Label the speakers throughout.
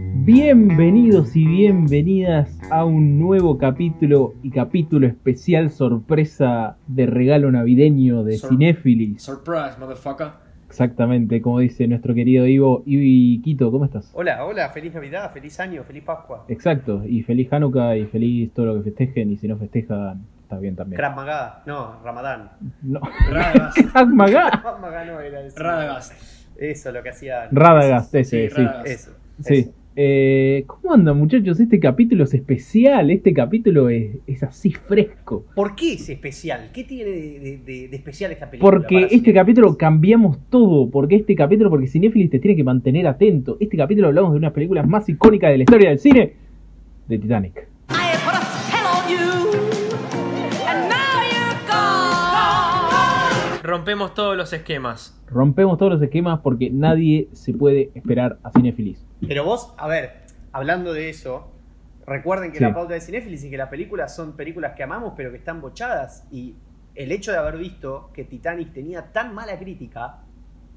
Speaker 1: Bienvenidos y bienvenidas a un nuevo capítulo y capítulo especial sorpresa de regalo navideño de
Speaker 2: Sor-
Speaker 1: Cinéfilis.
Speaker 2: Surprise, motherfucker.
Speaker 1: Exactamente, como dice nuestro querido Ivo. Ivi Quito, ¿cómo estás?
Speaker 3: Hola, hola, feliz Navidad, feliz año, feliz Pascua.
Speaker 1: Exacto, y feliz Hanukkah y feliz todo lo que festejen y si no festejan, está bien también.
Speaker 3: Krav Maga, no, Ramadán.
Speaker 1: No.
Speaker 2: Radagast.
Speaker 1: Krav Maga.
Speaker 3: Krav Maga no era eso.
Speaker 2: Radagast.
Speaker 3: Eso, lo que hacía.
Speaker 1: Radagast, ese,
Speaker 2: Sí,
Speaker 1: sí.
Speaker 2: Radagast.
Speaker 3: Eso.
Speaker 1: Sí.
Speaker 3: eso.
Speaker 1: Eh, ¿Cómo andan muchachos? Este capítulo es especial, este capítulo es, es así fresco.
Speaker 3: ¿Por qué es especial? ¿Qué tiene de, de- de- de especial esta película?
Speaker 1: Porque
Speaker 3: para
Speaker 1: este
Speaker 3: Cinepolis?
Speaker 1: capítulo cambiamos todo, porque este capítulo, porque Cinefilis te tiene que mantener atento. Este capítulo hablamos de una de las películas más icónicas de la historia del cine, de Titanic.
Speaker 4: I put a spell on you, and now you're gone.
Speaker 5: Rompemos todos los esquemas.
Speaker 1: Rompemos todos los esquemas porque nadie se puede esperar a Cinefilis.
Speaker 3: Pero vos, a ver, hablando de eso, recuerden que
Speaker 1: Sí.
Speaker 3: la pauta de Cinefilis y que las películas son películas que amamos pero que están bochadas. Y el hecho de haber visto que Titanic tenía tan mala crítica,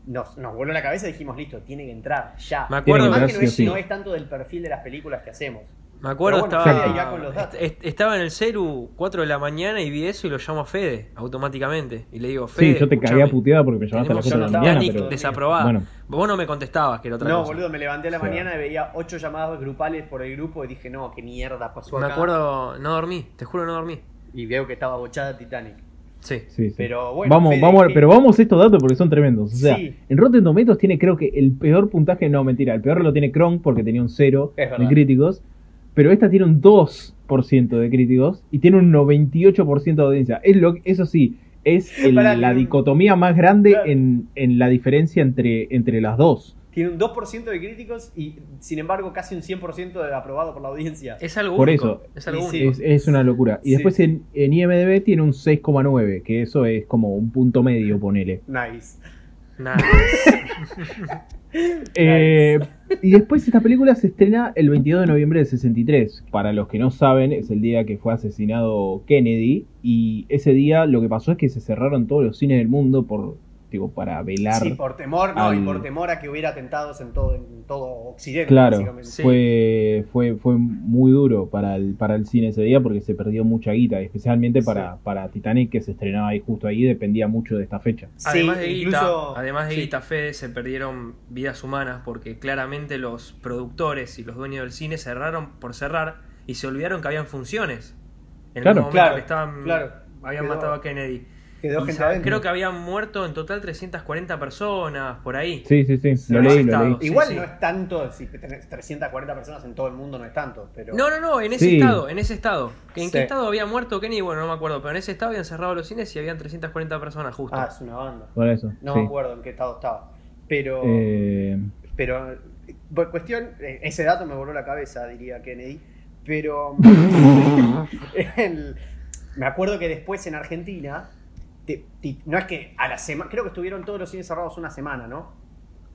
Speaker 3: nos, nos voló la cabeza y dijimos, listo, tiene que entrar, ya.
Speaker 5: Me acuerdo-
Speaker 3: Además
Speaker 1: Tiene que entrar,
Speaker 3: que no es,
Speaker 1: sí o sí.
Speaker 3: no es tanto del perfil de las películas que hacemos.
Speaker 5: Me acuerdo,
Speaker 3: Pero bueno, Fede ya
Speaker 5: estaba,
Speaker 3: con los datos.
Speaker 5: est- est- estaba en el celu 4 de la mañana y vi eso y lo llamo a Fede automáticamente. Y le digo, Fede.
Speaker 1: Sí, yo te cagué a
Speaker 5: escuchame,
Speaker 1: puteada porque me llamaste a la foto
Speaker 5: tenemos
Speaker 1: de
Speaker 3: una
Speaker 1: la mañana,
Speaker 5: Titanic
Speaker 1: pero...
Speaker 5: desaprobada.
Speaker 1: Bueno.
Speaker 5: Vos no me contestabas que era otra
Speaker 3: no,
Speaker 5: cosa.
Speaker 3: boludo, me levanté a la
Speaker 1: Sí.
Speaker 3: mañana y veía ocho llamadas grupales por el grupo y dije, no, qué mierda pasó
Speaker 5: Me
Speaker 3: acá.
Speaker 5: acuerdo, no dormí, te juro no dormí.
Speaker 3: Y veo que estaba bochada Titanic.
Speaker 5: Sí.
Speaker 1: Sí, sí.
Speaker 3: Pero bueno,
Speaker 1: vamos,
Speaker 3: Fede,
Speaker 1: vamos, a-
Speaker 3: ¿qué?
Speaker 1: pero vamos a estos datos porque son tremendos. O sea,
Speaker 3: Sí.
Speaker 1: en Rotten Tomatoes tiene creo que el peor puntaje, no, mentira, el peor lo tiene Kronk porque tenía un 0
Speaker 3: Es
Speaker 1: de
Speaker 3: verdad.
Speaker 1: críticos, pero esta tiene un 2% de críticos y tiene un 98% de audiencia. Es lo, eso sí, es el-
Speaker 3: Pará,
Speaker 1: la
Speaker 3: tiene un-
Speaker 1: dicotomía más grande
Speaker 3: Claro.
Speaker 1: en, en la diferencia entre, entre las dos.
Speaker 3: Tiene un 2% de críticos y, sin embargo, casi un 100% de aprobado por la audiencia.
Speaker 5: Es algo
Speaker 1: Por
Speaker 5: único.
Speaker 1: eso.
Speaker 5: Es algo
Speaker 3: Y sí.
Speaker 5: único.
Speaker 1: Es, es una locura. Y
Speaker 3: Sí,
Speaker 1: después
Speaker 3: sí.
Speaker 1: en, en IMDB tiene un 6,9, que eso es como un punto medio, ponele.
Speaker 3: Nice.
Speaker 5: Nada.
Speaker 1: Eh, y después esta película se estrena el 22 de noviembre del 63. Para los que no saben, es el día que fue asesinado Kennedy. Y ese día lo que pasó es que se cerraron todos los cines del mundo por, digo, para velar.
Speaker 3: Sí, por temor, no,
Speaker 1: al-
Speaker 3: y por temor a que hubiera atentados en todo, en todo Occidente,
Speaker 1: Claro,
Speaker 3: básicamente.
Speaker 5: sí.
Speaker 1: fue, fue, fue muy duro para el, para el cine ese día porque se perdió mucha guita, y especialmente para, para Titanic que se estrenaba ahí justo ahí, dependía mucho de esta fecha.
Speaker 3: Sí,
Speaker 5: Además de Guita,
Speaker 3: incluso-
Speaker 5: además de
Speaker 3: sí.
Speaker 5: Guita Fede, se perdieron vidas humanas porque claramente los productores y los dueños del cine cerraron por cerrar y se olvidaron que habían funciones. En el
Speaker 1: Claro.
Speaker 5: momento
Speaker 3: Claro,
Speaker 5: que estaban,
Speaker 3: claro.
Speaker 5: habían
Speaker 3: Quedó-
Speaker 5: matado a Kennedy.
Speaker 3: Quedó
Speaker 5: Y
Speaker 3: gente
Speaker 5: sa-
Speaker 3: adentro.
Speaker 5: creo que habían muerto en total 340 personas por ahí.
Speaker 1: Sí, sí, sí,
Speaker 5: Se
Speaker 1: lo leí, lo
Speaker 5: estaba-
Speaker 1: leí.
Speaker 5: sí,
Speaker 3: Igual
Speaker 5: sí.
Speaker 3: no es tanto, si tenés 340 personas en todo el mundo no es tanto, pero...
Speaker 5: No, no, no, en ese
Speaker 1: Sí.
Speaker 5: estado, en ese estado. ¿En
Speaker 3: Sí.
Speaker 5: qué estado había muerto Kennedy? Bueno, no me acuerdo, pero en ese estado habían cerrado los cines y habían 340 personas justo.
Speaker 3: Ah, es una banda.
Speaker 1: Por eso.
Speaker 3: No
Speaker 1: sí.
Speaker 3: me acuerdo en qué estado estaba. Pero,
Speaker 1: Eh,
Speaker 3: pero bu- cuestión, eh, ese dato me voló la cabeza, diría Kennedy. Pero el- me acuerdo que después en Argentina, te- ti- no es que a la semana, creo que estuvieron todos los cines cerrados una semana, ¿no?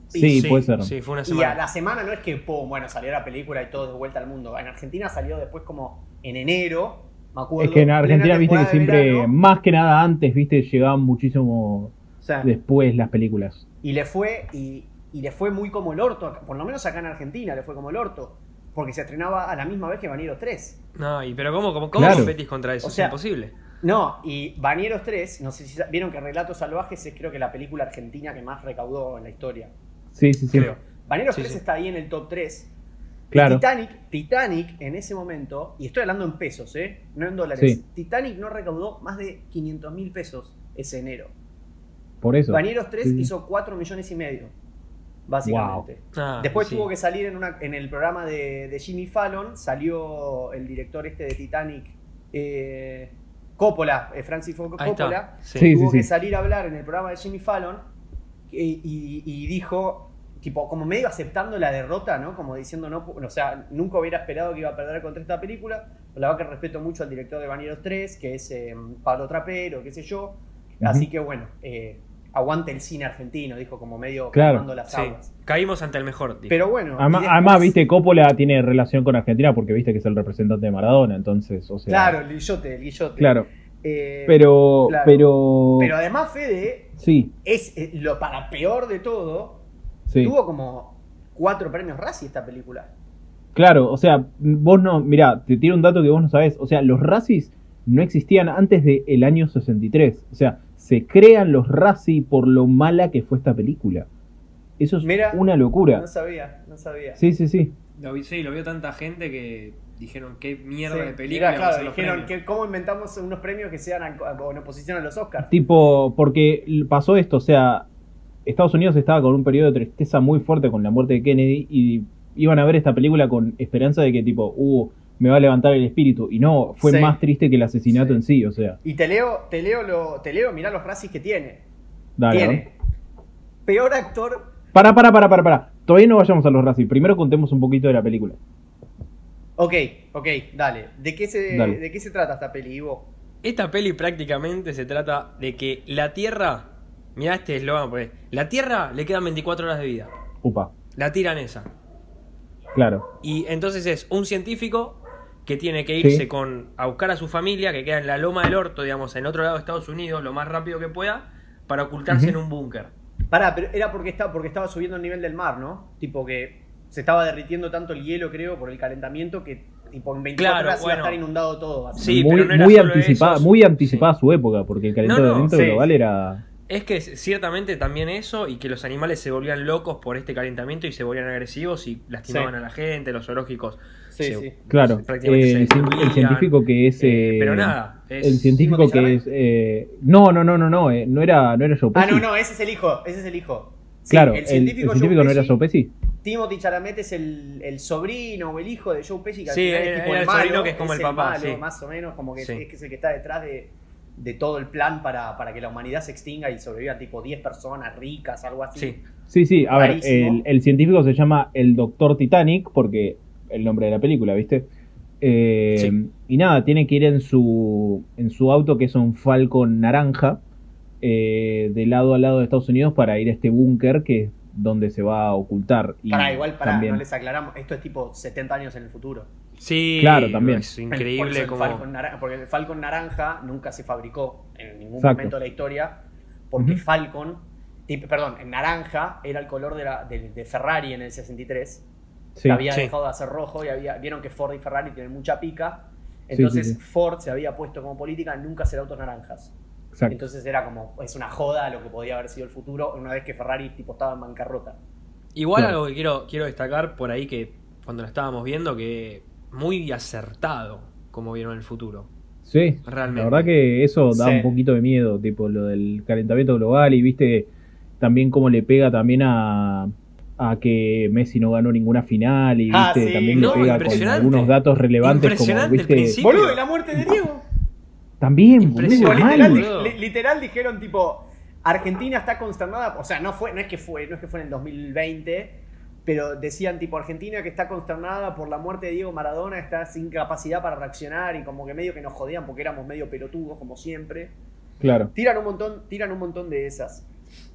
Speaker 1: sí, puede ser.
Speaker 5: Sí, fue una
Speaker 3: Y
Speaker 5: semana.
Speaker 3: a la semana no es que, pum, bueno, salió la película y todo de vuelta al mundo. En Argentina salió después como en enero, me acuerdo.
Speaker 1: Es que en
Speaker 3: plena
Speaker 1: Argentina viste que
Speaker 3: temporada de
Speaker 1: siempre,
Speaker 3: verano.
Speaker 1: más que nada antes, viste, llegaban muchísimo
Speaker 3: O sea,
Speaker 1: después las películas.
Speaker 3: Y le fue, y, y le fue muy como el orto, acá- por lo menos acá en Argentina le fue como el orto, porque se estrenaba a la misma vez que Banieros 3.
Speaker 5: No, y pero ¿cómo, cómo, cómo
Speaker 1: Claro.
Speaker 5: competís contra eso?
Speaker 3: O sea,
Speaker 5: es imposible.
Speaker 3: No, y Banieros 3, no sé si sa- vieron que Relatos Salvajes es creo que la película argentina que más recaudó en la historia.
Speaker 1: Sí, sí, sí.
Speaker 5: Creo.
Speaker 3: Banieros
Speaker 5: Sí,
Speaker 3: 3
Speaker 5: sí.
Speaker 3: está ahí en el top 3.
Speaker 1: Claro.
Speaker 3: Titanic, Titanic en ese momento, y estoy hablando en pesos, ¿eh? no en dólares,
Speaker 1: Sí.
Speaker 3: Titanic no recaudó más de 500 mil pesos ese enero.
Speaker 1: Por eso.
Speaker 3: Banieros 3
Speaker 1: Sí, sí.
Speaker 3: hizo 4 millones y medio, básicamente.
Speaker 5: Ah,
Speaker 3: Después
Speaker 5: sí.
Speaker 3: tuvo que salir en, una, en el programa de, de Jimmy Fallon, salió el director este de Titanic, eh, Coppola, eh, Francis Ford
Speaker 5: Ahí
Speaker 3: Coppola,
Speaker 5: está. Sí.
Speaker 1: Sí.
Speaker 3: tuvo que salir a hablar en el programa de Jimmy Fallon eh, y, y dijo, tipo, como medio aceptando la derrota, ¿no? Como diciendo, no, pu- o sea, nunca hubiera esperado que iba a perder contra esta película. La verdad que respeto mucho al director de Banieros 3, que es eh, Pablo Trapero, qué sé yo.
Speaker 1: Ujú.
Speaker 3: Así que bueno, eh, aguante el cine argentino, dijo como medio
Speaker 1: Claro.
Speaker 3: calmando las
Speaker 5: Sí.
Speaker 3: aguas.
Speaker 5: Caímos ante el mejor. dijo.
Speaker 3: Pero bueno.
Speaker 1: Además,
Speaker 3: y
Speaker 1: además,
Speaker 3: después-
Speaker 1: viste, Coppola tiene relación con Argentina porque viste que es el representante de Maradona, entonces, o sea.
Speaker 3: Claro, el guillote, el guillote.
Speaker 1: Claro.
Speaker 3: Eh,
Speaker 1: Pero,
Speaker 3: claro.
Speaker 1: pero.
Speaker 3: pero además, Fede,
Speaker 1: Sí,
Speaker 3: es eh, lo para peor de todo.
Speaker 1: sí.
Speaker 3: Tuvo como cuatro premios Razzie esta película.
Speaker 1: Claro, o sea, vos no, mirá, te tiro un dato que vos no sabés, o sea, los racis no existían antes del año 63, o sea, se crean los racis por lo mala que fue esta película. Eso es
Speaker 3: Mira,
Speaker 1: una locura.
Speaker 3: No sabía, no sabía.
Speaker 1: Sí, sí, sí.
Speaker 5: Lo vi, sí, lo vio tanta gente que dijeron qué
Speaker 3: Sí,
Speaker 5: mierda de
Speaker 3: mirá,
Speaker 5: película. vamos a
Speaker 3: claro,
Speaker 5: hacer los
Speaker 3: dijeron
Speaker 5: premios".
Speaker 3: que cómo inventamos unos premios que sean a- a- en oposición a los Oscars.
Speaker 1: Tipo, porque pasó esto, o sea, Estados Unidos estaba con un periodo de tristeza muy fuerte con la muerte de Kennedy y iban a ver esta película con esperanza de que tipo, uh, me va a levantar el espíritu. Y no, fue
Speaker 3: Sí.
Speaker 1: más triste que el asesinato
Speaker 3: Sí.
Speaker 1: en sí, o sea,
Speaker 3: Y te leo, te leo, lo, te leo, mirá los racis que tiene.
Speaker 1: dale.
Speaker 3: Tiene peor actor,
Speaker 1: Para, para, para, para, para. Todavía no vayamos a los racis. Primero contemos un poquito de la película.
Speaker 3: Ok, ok, dale. ¿De qué se,
Speaker 1: Dale.
Speaker 3: ¿de qué se trata esta peli, Ivo?
Speaker 5: Esta peli prácticamente se trata de que la Tierra. Mirá este eslogan, pues. La Tierra le quedan 24 horas de vida.
Speaker 1: Upa,
Speaker 5: La tiran esa.
Speaker 1: claro.
Speaker 5: Y entonces es un científico que tiene que
Speaker 1: Sí.
Speaker 5: irse con a buscar a su familia, que queda en la loma del orto, digamos, en otro lado de Estados Unidos, lo más rápido que pueda, para ocultarse en un búnker.
Speaker 3: Pará, pero era porque, estaba, porque estaba subiendo el nivel del mar, ¿no? Tipo que se estaba derritiendo tanto el hielo, creo, por el calentamiento que tipo en 24
Speaker 5: Claro,
Speaker 3: horas
Speaker 5: bueno.
Speaker 3: iba a estar inundado todo. así.
Speaker 5: Sí,
Speaker 1: muy,
Speaker 5: pero no era
Speaker 1: muy
Speaker 5: solo
Speaker 1: anticipada,
Speaker 5: eso.
Speaker 1: muy anticipada su época, porque el calentamiento
Speaker 5: no,
Speaker 3: sí.
Speaker 1: global era.
Speaker 5: Es que ciertamente también eso y que los animales se volvían locos por este calentamiento y se volvían agresivos y lastimaban
Speaker 3: Sí.
Speaker 5: a la gente, los zoológicos.
Speaker 3: Sí,
Speaker 5: se-
Speaker 3: sí.
Speaker 1: Claro,
Speaker 5: prácticamente
Speaker 1: eh,
Speaker 5: se
Speaker 1: el, cien- el
Speaker 5: destruían.
Speaker 1: científico que es.
Speaker 5: Eh,
Speaker 1: eh,
Speaker 5: pero nada, es-
Speaker 1: El científico
Speaker 3: ¿Simon
Speaker 1: que
Speaker 3: Villarreal?
Speaker 1: es. eh, no, no, no, no, no, eh, no era, no era Joe
Speaker 3: Ah,
Speaker 1: Pesci.
Speaker 3: no, no, ese es el hijo, ese es el hijo. Sí,
Speaker 1: claro, el el científico,
Speaker 3: Joe
Speaker 1: no era
Speaker 3: Pesci,
Speaker 1: Joe Pesci.
Speaker 3: Timothy Chalamet es el, el sobrino o el hijo de Joe Pesci, que al
Speaker 5: Sí,
Speaker 3: final
Speaker 5: era-
Speaker 3: es tipo
Speaker 5: era
Speaker 3: el,
Speaker 5: el
Speaker 3: malo,
Speaker 5: sobrino que es como el papá,
Speaker 3: malo,
Speaker 5: sí.
Speaker 3: más o menos, como que es-
Speaker 5: Sí.
Speaker 3: es, que es el que está detrás de, de todo el plan para, para que la humanidad se extinga y sobrevivan tipo 10 personas ricas, algo así.
Speaker 5: Sí.
Speaker 1: Sí, sí, a ver, el,
Speaker 3: Rarísimo.
Speaker 1: el científico se llama el Doctor Titanic, porque el nombre de la película, ¿viste? Eh,
Speaker 5: Sí.
Speaker 1: Y nada, tiene que ir en su, en su auto, que es un Falcon naranja, eh, de lado a lado de Estados Unidos para ir a este búnker que es donde se va a ocultar. Y
Speaker 3: Para igual, para,
Speaker 1: también-
Speaker 3: no les aclaramos, esto es tipo 70 años en el futuro.
Speaker 5: Sí,
Speaker 1: Claro, también.
Speaker 5: es
Speaker 3: Por eso
Speaker 5: increíble
Speaker 3: el
Speaker 5: como...
Speaker 3: Falcon naranja, porque el Falcon naranja nunca se fabricó en ningún
Speaker 1: Exacto.
Speaker 3: momento de la historia, porque
Speaker 1: Ujú.
Speaker 3: Falcon, tip- perdón, en naranja era el color de, la- del- de Ferrari en el 63,
Speaker 1: Sí,
Speaker 3: que había
Speaker 5: Sí.
Speaker 3: dejado de hacer rojo y había, vieron que Ford y Ferrari tienen mucha pica,
Speaker 1: Sí, sí,
Speaker 3: entonces
Speaker 1: sí.
Speaker 3: Ford se había puesto como política nunca hacer autos naranjas.
Speaker 1: exacto.
Speaker 3: Entonces era como, es una joda lo que podía haber sido el futuro una vez que Ferrari tipo estaba en bancarrota.
Speaker 5: Igual
Speaker 1: Claro.
Speaker 5: algo que quiero, quiero destacar por ahí que cuando lo estábamos viendo que muy acertado como vieron el futuro.
Speaker 1: Sí,
Speaker 5: Realmente.
Speaker 1: la verdad que eso da
Speaker 3: Sí.
Speaker 1: un poquito de miedo, tipo lo del calentamiento global y viste también cómo le pega también a, a que Messi no ganó ninguna final y
Speaker 3: Ah,
Speaker 1: viste
Speaker 3: sí.
Speaker 1: también
Speaker 5: No,
Speaker 1: le pega con
Speaker 5: impresionante.
Speaker 1: algunos datos relevantes como
Speaker 5: Impresionante el
Speaker 1: viste
Speaker 5: principio.
Speaker 3: Boludo, y la muerte de Diego.
Speaker 1: también boludo,
Speaker 5: Impresionante.
Speaker 1: mal.
Speaker 3: literal,
Speaker 5: boludo.
Speaker 3: di- li- literal dijeron tipo Argentina está consternada, o sea, no fue no es que fue, no es que fue en el 2020, pero decían tipo Argentina que está consternada por la muerte de Diego Maradona, está sin capacidad para reaccionar y como que medio que nos jodían porque éramos medio pelotudos como siempre.
Speaker 1: claro
Speaker 3: Tiran un montón, tiran un montón de esas.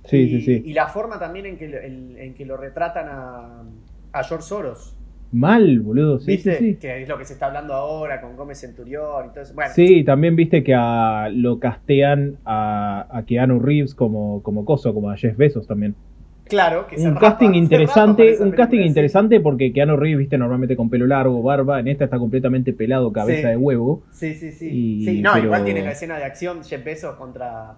Speaker 1: sí
Speaker 3: y,
Speaker 1: sí sí
Speaker 3: y la forma también en que, lo- en, en que lo retratan a, a George Soros.
Speaker 1: mal boludo sí
Speaker 3: ¿Viste?
Speaker 1: sí sí
Speaker 3: Que es lo que se está hablando ahora con Gómez Centurión y todo eso. Bueno,
Speaker 1: Sí, también viste que a- lo castean a, a Keanu Reeves como, como coso, como a Jeff Bezos también.
Speaker 3: claro que se
Speaker 1: un
Speaker 3: rapa-
Speaker 1: casting
Speaker 3: se
Speaker 1: interesante,
Speaker 3: rapa para
Speaker 1: un
Speaker 3: esa
Speaker 1: casting
Speaker 3: película, sí.
Speaker 1: interesante porque Keanu Reeves, viste, normalmente con pelo largo, barba, en esta está completamente pelado, cabeza
Speaker 3: Sí.
Speaker 1: de huevo.
Speaker 3: Sí, sí, sí.
Speaker 1: Y-
Speaker 3: sí no,
Speaker 1: pero-
Speaker 3: igual tiene la escena de acción Jeff Bezos contra,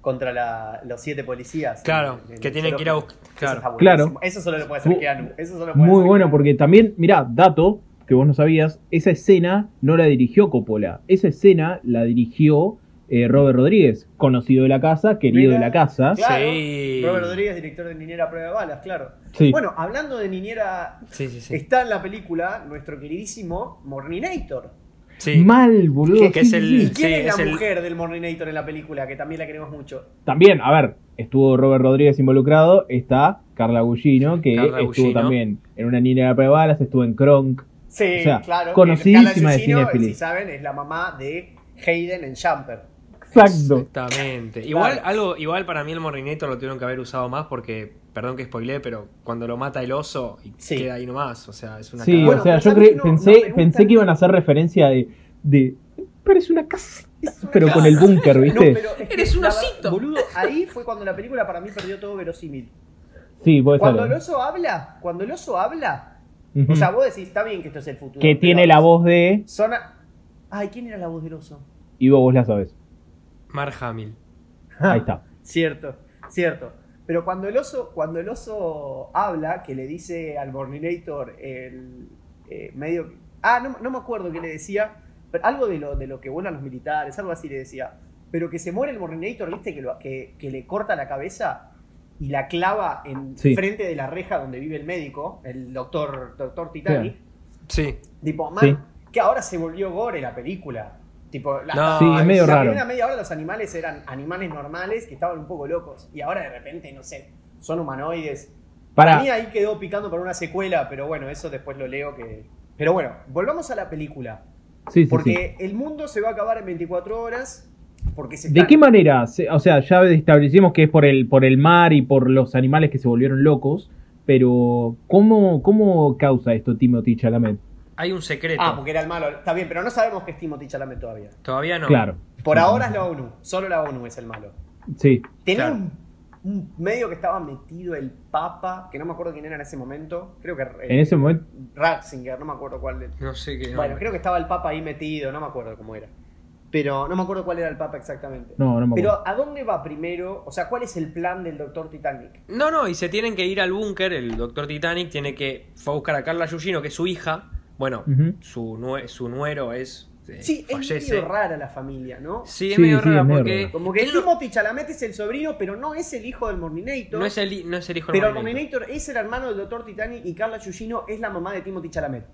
Speaker 3: contra la- los siete policías.
Speaker 5: Claro,
Speaker 3: En- en
Speaker 5: que
Speaker 3: el
Speaker 5: tienen que ir a
Speaker 3: zoológico.
Speaker 5: buscar.
Speaker 3: Eso está
Speaker 5: Claro.
Speaker 3: buenísimo.
Speaker 1: Claro.
Speaker 3: Eso solo lo puede hacer
Speaker 1: Mu-
Speaker 3: Keanu. Eso solo lo puede
Speaker 1: Muy
Speaker 3: hacer
Speaker 1: bueno
Speaker 3: Keanu.
Speaker 1: porque también, mirá, dato que vos no sabías, esa escena no la dirigió Coppola, esa escena la dirigió eh, Robert Rodríguez, conocido de la casa, querido
Speaker 3: Mirá.
Speaker 1: de la casa.
Speaker 3: Claro.
Speaker 5: Sí.
Speaker 3: Robert Rodríguez, director de Niñera a Prueba de Balas, claro.
Speaker 1: Sí.
Speaker 3: Bueno, hablando de Niñera,
Speaker 5: Sí, sí, sí.
Speaker 3: está en la película nuestro queridísimo Morninator.
Speaker 5: Sí.
Speaker 1: Mal, boludo.
Speaker 5: Que- que
Speaker 1: sí,
Speaker 5: es el-
Speaker 1: sí,
Speaker 3: ¿Y
Speaker 1: sí.
Speaker 3: quién
Speaker 5: Sí,
Speaker 3: es la
Speaker 5: es el-
Speaker 3: mujer del Morninator en la película? Que también la queremos mucho.
Speaker 1: También, a ver, estuvo Robert Rodríguez involucrado, está Carla Gugino, que
Speaker 5: Carla
Speaker 1: estuvo
Speaker 5: Gugino.
Speaker 1: también en una niña de prebalas, estuvo en Kronk.
Speaker 3: Sí,
Speaker 1: O sea,
Speaker 3: claro.
Speaker 1: conocidísima de
Speaker 3: Carla Gugino,
Speaker 1: cinéfilis.
Speaker 3: Si saben, es la mamá de Hayden en Jumper.
Speaker 1: Exacto.
Speaker 5: Exactamente. Igual,
Speaker 3: Claro.
Speaker 5: algo, igual para mí el Morrinator lo tuvieron que haber usado más porque, perdón que spoilé, pero cuando lo mata el oso y
Speaker 3: Sí.
Speaker 5: queda ahí nomás, o sea, es una
Speaker 1: Sí,
Speaker 5: cagada.
Speaker 3: Bueno,
Speaker 1: o sea,
Speaker 3: pero
Speaker 1: yo
Speaker 3: ¿sabes
Speaker 1: cre-
Speaker 3: qué? No-
Speaker 1: pensé,
Speaker 3: no me gusta
Speaker 1: pensé que
Speaker 3: el-
Speaker 1: iban a hacer referencia de, de parece una casa,
Speaker 3: Es una
Speaker 1: pero con
Speaker 3: casa.
Speaker 1: el búnker,
Speaker 3: No,
Speaker 1: ¿viste?
Speaker 3: pero es que
Speaker 5: Eres un
Speaker 3: la verdad,
Speaker 5: osito.
Speaker 3: Boludo, ahí fue cuando la película para mí perdió todo verosímil.
Speaker 1: Sí, puede
Speaker 3: Cuando el
Speaker 1: ser.
Speaker 3: oso habla, cuando el oso habla,
Speaker 1: Ujú.
Speaker 3: O sea, vos decís, está bien que esto es el futuro.
Speaker 1: Mm. que
Speaker 3: pero
Speaker 1: tiene la voz de.
Speaker 3: Son a- Ay, ¿quién era la voz del oso?
Speaker 1: Y vos, vos la sabés.
Speaker 5: Mark Hamill.
Speaker 3: Ah,
Speaker 1: Ahí está.
Speaker 3: Cierto, cierto. Pero cuando el oso, cuando el oso habla, que le dice al Borninator el eh, medio. Ah, no, no me acuerdo qué le decía. Pero algo de lo, de lo que vuelan los militares, algo así le decía. Pero que se muere el Borninator, viste, que, lo- que, que le corta la cabeza y la clava en
Speaker 1: Sí.
Speaker 3: frente de la reja donde vive el médico, el doctor, doctor Titanic.
Speaker 5: Sí.
Speaker 3: Tipo, man,
Speaker 1: Sí.
Speaker 3: que ahora se volvió gore la película. Tipo, la,
Speaker 5: No,
Speaker 1: Sí, es medio
Speaker 3: la
Speaker 1: raro.
Speaker 3: primera media hora los animales eran animales normales que estaban un poco locos. Y ahora de repente, no sé, son humanoides. Para,
Speaker 1: Para.
Speaker 3: mí ahí quedó picando para una secuela, pero bueno, eso después lo leo que... Pero bueno, volvamos a la película.
Speaker 1: Sí, sí, sí.
Speaker 3: Porque el mundo se va a acabar en 24 horas. Porque se
Speaker 1: ¿De
Speaker 3: están-
Speaker 1: qué manera? Se- O sea, ya establecimos que es por el, por el mar y por los animales que se volvieron locos, pero ¿cómo, cómo causa esto Timothy Chalamet?
Speaker 5: Hay un secreto.
Speaker 3: Ah, porque era el malo. Está bien, pero no sabemos que es Timothy Chalamet todavía.
Speaker 5: Todavía no.
Speaker 1: Claro.
Speaker 3: Por ahora es la ONU. Solo la ONU es el malo.
Speaker 1: Sí.
Speaker 3: Tenía
Speaker 5: Claro.
Speaker 3: un, un medio que estaba metido el Papa, que no me acuerdo quién era en ese momento. Creo que. eh,
Speaker 1: En ese momento.
Speaker 3: Ratzinger, no me acuerdo cuál. de-
Speaker 5: No sé qué.
Speaker 3: Bueno,
Speaker 5: nombre.
Speaker 3: creo que estaba el Papa ahí metido, no me acuerdo cómo era. Pero no me acuerdo cuál era el Papa exactamente.
Speaker 1: No, no me acuerdo.
Speaker 3: Pero ¿a dónde va primero? O sea, ¿cuál es el plan del Doctor Titanic?
Speaker 5: No, no, y se tienen que ir al búnker. El doctor Titanic tiene que. Fue a buscar a Carla Yugino, que es su hija. Bueno,
Speaker 1: Ujú.
Speaker 5: su, nue- su nuero es. eh,
Speaker 3: Sí, es
Speaker 5: fallece.
Speaker 3: medio rara la familia, ¿no?
Speaker 5: Sí, es
Speaker 1: Sí,
Speaker 5: medio
Speaker 1: sí,
Speaker 5: rara
Speaker 1: es medio
Speaker 5: porque.
Speaker 1: rara.
Speaker 3: Como que
Speaker 5: él no,
Speaker 3: Timothy Chalamet es el sobrino, pero no es el hijo del Morninator.
Speaker 5: no es el, hi- no es el hijo de
Speaker 3: pero el
Speaker 5: Marlene.
Speaker 3: Morninator es el hermano del Doctor Titanic y Carla Giugino es la mamá de Timothy Chalamet.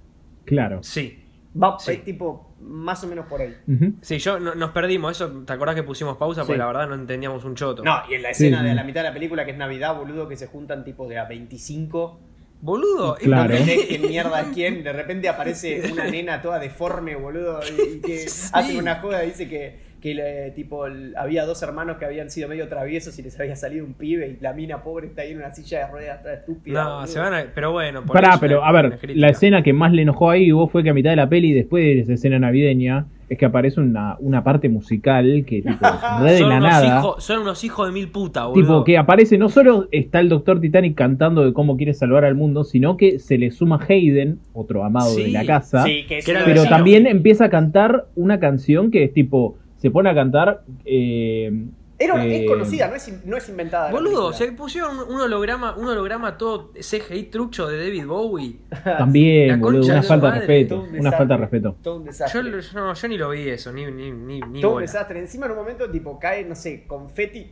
Speaker 1: Claro.
Speaker 5: Sí.
Speaker 3: Va
Speaker 5: Sí.
Speaker 3: eh, tipo más o menos por ahí.
Speaker 1: Ujú.
Speaker 5: Sí, yo no- nos perdimos. Eso, ¿te acordás que pusimos pausa? Porque
Speaker 3: Sí.
Speaker 5: la verdad no entendíamos un choto.
Speaker 3: No, y en la escena
Speaker 1: Sí.
Speaker 3: de la mitad de la película que es Navidad, boludo, que se juntan tipo de a 25.
Speaker 5: Boludo.
Speaker 1: Y Claro.
Speaker 3: No entendés quién mierda es quién. De repente aparece una nena toda deforme, boludo, y, y que
Speaker 5: Sí.
Speaker 3: hace una joda y dice que, que le- tipo, el- había dos hermanos que habían sido medio traviesos y les había salido un pibe y la mina pobre está ahí en una silla de ruedas toda estúpida.
Speaker 5: No,
Speaker 3: boludo.
Speaker 5: se van a. Pero bueno, por ahí
Speaker 1: Pará,
Speaker 5: es
Speaker 1: pero
Speaker 5: una-
Speaker 1: a
Speaker 5: una
Speaker 1: ver,
Speaker 5: crítica.
Speaker 1: la escena que más le enojó ahí vos fue que a mitad de la peli, después de esa escena navideña, es que aparece una, una parte musical que tipo, es re de
Speaker 5: Son
Speaker 1: la
Speaker 5: unos,
Speaker 1: nada.
Speaker 5: hijos, son unos hijos de mil puta, boludo.
Speaker 1: Tipo, que aparece, no solo está el Doctor Titanic cantando de cómo quiere salvar al mundo, sino que se le suma Hayden, otro amado de
Speaker 5: Sí,
Speaker 1: la casa,
Speaker 3: Sí, que es
Speaker 5: que era
Speaker 3: uno de
Speaker 1: pero
Speaker 3: los-
Speaker 5: vecino.
Speaker 1: también empieza a cantar una canción que es tipo, se pone a cantar... eh,
Speaker 3: Era una-
Speaker 1: eh,
Speaker 3: es conocida, no es, in- no es inventada. la
Speaker 5: Boludo,
Speaker 3: película.
Speaker 5: se pusieron un, un holograma, un holograma todo CGI trucho de David Bowie. La
Speaker 1: también,
Speaker 5: concha
Speaker 1: boludo,
Speaker 5: de
Speaker 1: una
Speaker 5: su
Speaker 1: falta de
Speaker 5: madre,
Speaker 1: respeto,
Speaker 3: todo un
Speaker 1: una
Speaker 3: desastre.
Speaker 1: falta de respeto.
Speaker 3: Todo un desastre.
Speaker 5: Yo, lo- yo no- yo ni lo vi eso, ni, ni, ni, ni
Speaker 3: Todo un
Speaker 5: bola.
Speaker 3: desastre. Encima en un momento tipo cae, no sé, confeti.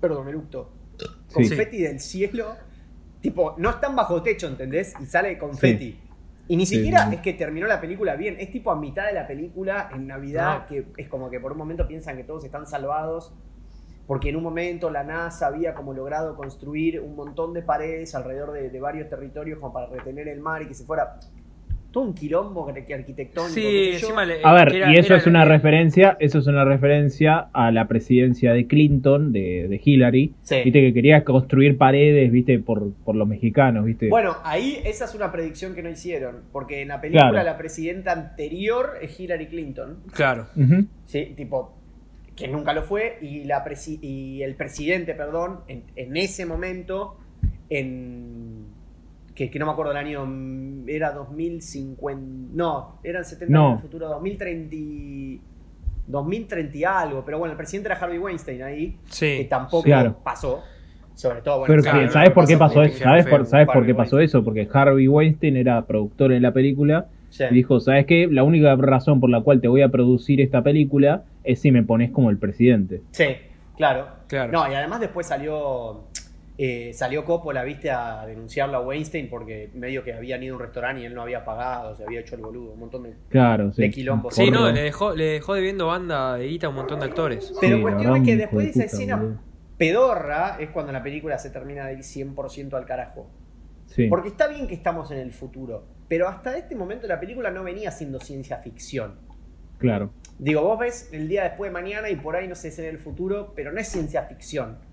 Speaker 3: Perdón, eructo.
Speaker 1: Sí.
Speaker 3: Confeti del cielo. Tipo, no están bajo techo, ¿entendés? Y sale confeti. Y ni
Speaker 1: Sí,
Speaker 3: siquiera
Speaker 1: sí, sí.
Speaker 3: es que terminó la película bien. Es tipo a mitad de la película, en Navidad,
Speaker 5: No.
Speaker 3: que es como que por un momento piensan que todos están salvados. Porque en un momento la NASA había como logrado construir un montón de paredes alrededor de, de varios territorios como para retener el mar y que se fuera todo un quilombo que- que arquitectónico.
Speaker 5: Sí,
Speaker 3: qué sé yo.
Speaker 5: encima le-
Speaker 1: A ver,
Speaker 5: que era-
Speaker 1: y eso
Speaker 5: era-
Speaker 1: es una referencia, eso es una referencia a la presidencia de Clinton, de, de Hillary,
Speaker 3: Sí.
Speaker 1: viste que quería construir paredes, viste, por, por los mexicanos, viste.
Speaker 3: Bueno, ahí esa es una predicción que no hicieron, porque en la película
Speaker 1: Claro.
Speaker 3: la presidenta anterior es Hillary Clinton,
Speaker 5: Claro.
Speaker 1: Ujú.
Speaker 3: ¿sí? Tipo, que nunca lo fue, y, la presi- y el presidente, perdón, en, en ese momento, en... Que, que no me acuerdo el año, mm, era 2050, no, eran 70
Speaker 1: No.
Speaker 3: años en el futuro, 2030, y- 2030 y algo, pero bueno, el presidente era Harvey Weinstein ahí, que
Speaker 5: Sí.
Speaker 3: tampoco
Speaker 1: Claro.
Speaker 3: pasó, sobre todo, bueno,
Speaker 1: Pero
Speaker 5: claro,
Speaker 1: que,
Speaker 5: no,
Speaker 1: ¿sabes
Speaker 5: no
Speaker 1: por qué
Speaker 5: pasa
Speaker 1: pasó
Speaker 5: porque
Speaker 1: eso?
Speaker 5: sea
Speaker 1: ¿Sabes por,
Speaker 5: feo,
Speaker 1: ¿sabes por
Speaker 3: Harvey
Speaker 1: qué pasó eso? Porque Harvey Weinstein era productor en la película
Speaker 3: Sí.
Speaker 1: y dijo, ¿sabes qué? La única razón por la cual te voy a producir esta película es si me pones como el presidente.
Speaker 3: Sí, claro.
Speaker 5: Claro.
Speaker 3: No, y además después salió eh, salió Coppola, viste, a denunciarlo a Weinstein porque medio que habían ido a un restaurante y él no había pagado, se había hecho el boludo, un montón de...
Speaker 1: Claro, sí.
Speaker 3: De quilombo. eh,
Speaker 5: Sí, no,
Speaker 1: Porro.
Speaker 5: le dejó, le dejó debiendo banda de guita a un montón de actores.
Speaker 3: Pero
Speaker 1: la
Speaker 3: cuestión
Speaker 1: verdad,
Speaker 3: es que
Speaker 1: un
Speaker 3: después
Speaker 1: hijo
Speaker 3: de esa
Speaker 1: puta,
Speaker 3: escena
Speaker 1: boludo.
Speaker 3: pedorra es cuando la película se termina de ir 100% al carajo.
Speaker 1: Sí.
Speaker 3: Porque está bien que estamos en el futuro, pero hasta este momento la película no venía siendo ciencia ficción.
Speaker 1: Claro.
Speaker 3: Digo, vos ves el día después de mañana y por ahí no sé es en el futuro, pero no es ciencia ficción.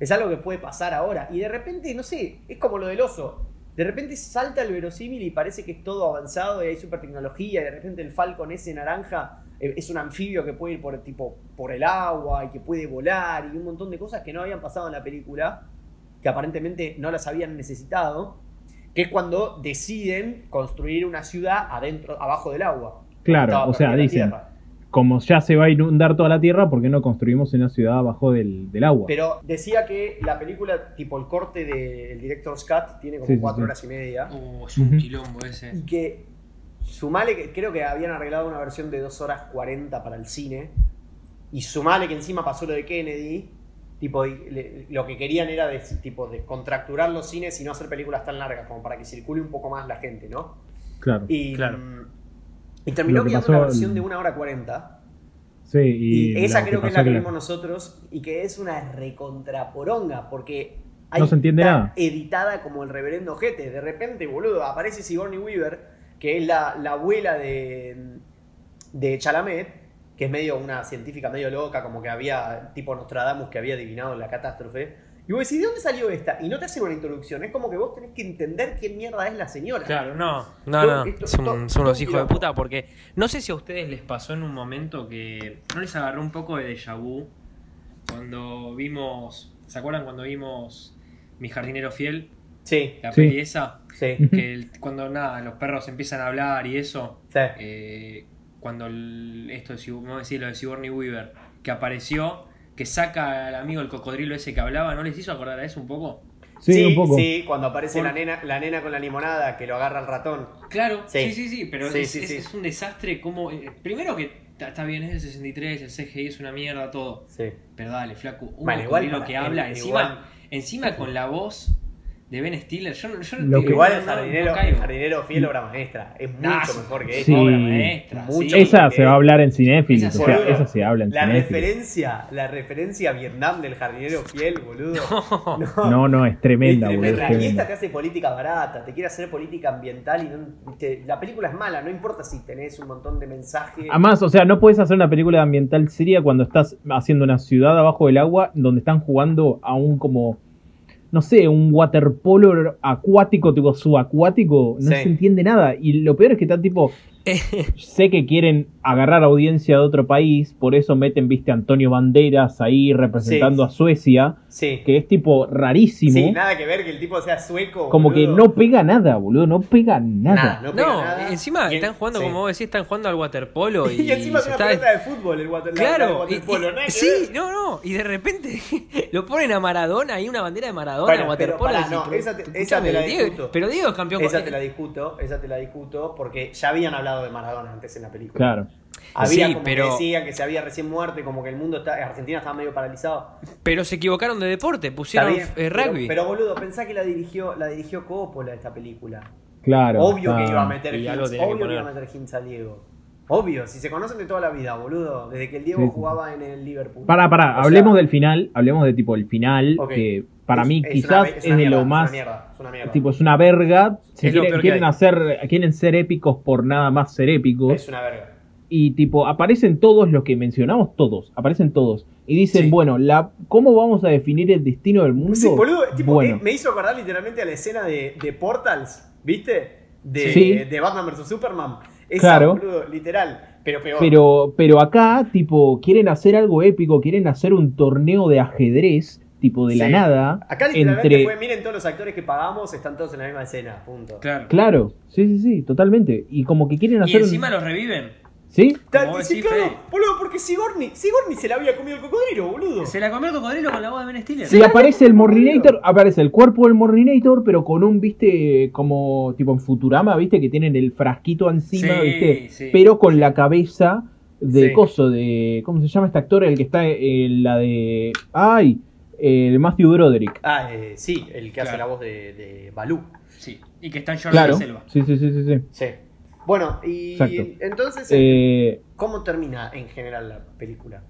Speaker 3: Es algo que puede pasar ahora. Y de repente, no sé, es como lo del oso. De repente salta el verosímil y parece que es todo avanzado y hay super tecnología. Y de repente el Falcon ese naranja eh, es un anfibio que puede ir por, tipo, por el agua y que puede volar y un montón de cosas que no habían pasado en la película, que aparentemente no las habían necesitado. que es cuando deciden construir una ciudad adentro, abajo del agua.
Speaker 1: Claro,
Speaker 3: Estaba
Speaker 1: o sea,
Speaker 3: perdida la
Speaker 1: dicen,
Speaker 3: tierra.
Speaker 1: como ya se va a inundar toda la tierra, ¿por qué no construimos una ciudad abajo del, del agua?
Speaker 3: Pero decía que la película, tipo el corte del director Scott, tiene como
Speaker 1: Sí, sí,
Speaker 3: cuatro
Speaker 1: sí.
Speaker 3: horas y media.
Speaker 5: Uh, es un
Speaker 1: Ujú.
Speaker 5: quilombo ese.
Speaker 3: Y que, sumale que creo que habían arreglado una versión de 2 horas 40 para el cine. Y sumale que encima pasó lo de Kennedy. Tipo, y le- lo que querían era de, tipo, de contracturar los cines y no hacer películas tan largas, como para que circule un poco más la gente, ¿no?
Speaker 1: claro.
Speaker 3: Y, mm,
Speaker 5: Claro.
Speaker 3: y terminó
Speaker 1: Lo que
Speaker 3: quedando
Speaker 1: pasó
Speaker 3: una
Speaker 1: en-
Speaker 3: versión de 1 hora 40.
Speaker 1: sí,
Speaker 3: Y,
Speaker 1: y,
Speaker 3: esa
Speaker 1: la
Speaker 3: creo que es
Speaker 1: pasó
Speaker 3: la que vimos nosotros y que es una recontraporonga porque ahí
Speaker 1: No se entiende
Speaker 3: está
Speaker 1: nada.
Speaker 3: editada como el reverendo Jete. De repente, boludo, aparece Sigourney Weaver, que es la, la abuela de, de Chalamet, que es medio una científica medio loca, como que había, tipo Nostradamus, que había adivinado la catástrofe. Y vos decís, ¿de dónde salió esta? Y no te hacen una introducción, es como que vos tenés que entender quién mierda es la señora.
Speaker 5: Claro, no,
Speaker 3: Todo-
Speaker 5: no, no.
Speaker 3: esto-
Speaker 5: Son,
Speaker 3: todo-
Speaker 5: son unos
Speaker 3: todo
Speaker 5: hijos de
Speaker 3: quilombo.
Speaker 5: puta porque no sé si a ustedes les pasó en un momento que no les agarró un poco de déjà vu cuando vimos, ¿se acuerdan cuando vimos Mi jardinero fiel?
Speaker 3: Sí,
Speaker 5: La
Speaker 1: Sí.
Speaker 5: peli esa,
Speaker 3: sí,
Speaker 5: que el- cuando nada, los perros empiezan a hablar y eso,
Speaker 3: sí.
Speaker 5: eh, cuando el- esto de, Sig- vamos a decir, lo de Sigourney Weaver, que apareció, que saca al amigo el cocodrilo ese que hablaba, ¿no les hizo acordar a eso un poco?
Speaker 1: Sí, un poco.
Speaker 3: sí, cuando aparece
Speaker 5: Por-
Speaker 3: la nena, la nena con la limonada que lo agarra el ratón.
Speaker 5: Claro,
Speaker 3: Sí.
Speaker 5: sí, sí, sí, pero
Speaker 3: Sí,
Speaker 5: es,
Speaker 3: sí,
Speaker 5: es-
Speaker 3: sí.
Speaker 5: es un desastre como... eh, primero que ta- está bien, es el 63, el CGI es una mierda, todo.
Speaker 3: Sí.
Speaker 5: Pero dale, flaco, un
Speaker 3: Bueno,
Speaker 5: cocodrilo
Speaker 3: igual para-
Speaker 5: Uh, que habla,
Speaker 3: eh,
Speaker 5: encima,
Speaker 3: igual-
Speaker 5: encima con la voz de Ben Stiller, yo, no- yo no-
Speaker 1: Lo
Speaker 5: no-
Speaker 1: que-
Speaker 3: Igual el
Speaker 5: no- no
Speaker 3: jardinero, el
Speaker 5: caigo.
Speaker 3: jardinero fiel obra maestra. Es mucho
Speaker 5: Ah,
Speaker 3: mejor que
Speaker 5: es
Speaker 3: esta.
Speaker 1: sí.
Speaker 5: obra maestra,
Speaker 3: Mucho
Speaker 5: sí.
Speaker 1: Esa
Speaker 3: porque-
Speaker 1: se va a hablar en cinéfilis,
Speaker 5: Esa
Speaker 1: o sea,
Speaker 3: boludo,
Speaker 1: esa se habla en
Speaker 3: La
Speaker 1: cinéfilis.
Speaker 3: referencia, la referencia a Vietnam del jardinero fiel, boludo. Este,
Speaker 1: No, no, es
Speaker 3: Es
Speaker 1: tremenda, boludo.
Speaker 3: tremenda.
Speaker 1: es
Speaker 3: Y
Speaker 1: tremenda.
Speaker 3: esta te hace política barata, te quiere hacer política ambiental y no- te- la película es mala, no importa si tenés un montón de mensajes.
Speaker 1: Eh, Además, o sea, no puedes hacer una película ambiental seria cuando estás haciendo una ciudad abajo del agua donde están jugando a un como, no sé, un waterpolo acuático, tipo subacuático. No
Speaker 3: Sí.
Speaker 1: se entiende nada. Y lo peor es que están tipo, sé que quieren agarrar audiencia de otro país, por eso meten, viste, a Antonio Banderas ahí representando
Speaker 3: Sí.
Speaker 1: a Suecia,
Speaker 3: sí.
Speaker 1: que es tipo rarísimo.
Speaker 3: Sí, nada que ver que el tipo sea sueco.
Speaker 1: como que
Speaker 3: boludo.
Speaker 1: no pega nada, boludo, no pega
Speaker 3: Nada,
Speaker 1: nada.
Speaker 3: no, pega
Speaker 5: No,
Speaker 3: nada.
Speaker 5: encima
Speaker 3: Y en-
Speaker 5: están jugando,
Speaker 3: sí.
Speaker 5: como vos decís, están jugando al waterpolo y,
Speaker 3: Y encima es
Speaker 5: se
Speaker 3: una
Speaker 5: está-
Speaker 3: pelota de fútbol el water, la- la
Speaker 5: Claro, y- y-
Speaker 3: waterpolo, nada que
Speaker 5: sí,
Speaker 3: ver.
Speaker 5: no, no, y de repente lo ponen a Maradona y una bandera de Maradona,
Speaker 3: Bueno,
Speaker 5: waterpolo.
Speaker 3: pero pará,
Speaker 5: decís,
Speaker 3: no,
Speaker 5: pero-
Speaker 3: esa te- esa
Speaker 5: escuchame,
Speaker 3: te la
Speaker 5: Diego-
Speaker 3: discuto.
Speaker 5: pero Diego es campeón
Speaker 3: Esa
Speaker 5: con-
Speaker 3: te la discuto, esa te la discuto porque ya habían hablado de Maradona antes en la película.
Speaker 1: Claro.
Speaker 3: Había
Speaker 5: Sí,
Speaker 3: como
Speaker 5: pero-
Speaker 3: que decían que se había recién muerto y como que el mundo está, Argentina estaba medio paralizado.
Speaker 5: Pero se equivocaron de deporte,
Speaker 3: Está
Speaker 5: pusieron
Speaker 3: bien,
Speaker 5: eh,
Speaker 3: pero-
Speaker 5: rugby.
Speaker 3: Pero, boludo, pensá que la dirigió, la dirigió Coppola esta película.
Speaker 1: Claro.
Speaker 3: obvio que
Speaker 1: está-
Speaker 3: iba a meter
Speaker 5: Y
Speaker 3: hints,
Speaker 5: algo tenía que
Speaker 3: obvio que iba a
Speaker 5: poner.
Speaker 3: meter hints a Diego. Obvio, si se conocen de toda la vida, boludo, desde que el Diego
Speaker 1: Sí, sí.
Speaker 3: jugaba en el Liverpool.
Speaker 1: Pará,
Speaker 3: O
Speaker 1: pará,
Speaker 3: sea,
Speaker 1: hablemos del final, hablemos de tipo el final,
Speaker 3: Ok.
Speaker 1: que para mí
Speaker 3: es- es una-
Speaker 1: quizás
Speaker 3: es
Speaker 1: es,
Speaker 3: una
Speaker 1: de
Speaker 3: mierda,
Speaker 1: lo más,
Speaker 3: Es una mierda, es una mierda.
Speaker 1: tipo es una verga, Se
Speaker 5: Es lo
Speaker 1: quieren-
Speaker 5: peor que
Speaker 1: quieren
Speaker 5: hay.
Speaker 1: hacer, quieren ser épicos por nada más ser épicos,
Speaker 3: es una verga.
Speaker 1: y tipo aparecen todos los que mencionamos, todos, aparecen todos, y dicen,
Speaker 5: Sí.
Speaker 1: bueno, la, ¿cómo vamos a definir el destino del mundo?
Speaker 3: Sí, boludo, tipo,
Speaker 1: bueno,
Speaker 3: eh, me hizo acordar literalmente a la escena de, de Portals, ¿viste? De,
Speaker 1: Sí.
Speaker 3: de Batman vs Superman. Esa,
Speaker 1: Claro.
Speaker 3: boludo, literal, pero peor.
Speaker 1: pero, pero acá, tipo, quieren hacer algo épico, quieren hacer un torneo de ajedrez, tipo de la
Speaker 3: Sí.
Speaker 1: nada,
Speaker 3: Acá literalmente
Speaker 1: entre...
Speaker 3: fue, miren todos los actores que pagamos, están todos en la misma escena, punto.
Speaker 5: Claro.
Speaker 1: Claro, sí, sí, sí, totalmente, y como que quieren
Speaker 5: Y
Speaker 1: hacer
Speaker 5: encima
Speaker 1: un...
Speaker 5: los reviven.
Speaker 1: ¿Sí?
Speaker 3: Tal-
Speaker 5: Como
Speaker 3: sí,
Speaker 5: decís,
Speaker 3: claro,
Speaker 5: Fede.
Speaker 3: boludo, porque Sigourney, Sigourney se la había comido el cocodrilo, boludo.
Speaker 5: Se la comió el cocodrilo con la voz de Ben Stiller.
Speaker 1: Sí, aparece el Morrinator, aparece el cuerpo del Morrinator, pero con un, viste, como tipo en Futurama, viste, que tienen el frasquito encima,
Speaker 5: Sí,
Speaker 1: viste,
Speaker 5: sí.
Speaker 1: pero con la cabeza de
Speaker 3: Sí.
Speaker 1: coso, de, ¿cómo se llama este actor? El que está en la de, ay, el Matthew Broderick.
Speaker 3: Ah, eh, sí, el que hace
Speaker 5: Claro.
Speaker 3: la voz de, de Balú.
Speaker 5: Sí. Y que está en Jordan
Speaker 1: Claro.
Speaker 5: la selva.
Speaker 1: Sí, sí, sí, sí. sí.
Speaker 3: Sí. Bueno, y
Speaker 1: Exacto.
Speaker 3: entonces,
Speaker 1: Eh,
Speaker 3: ¿cómo termina en general la película?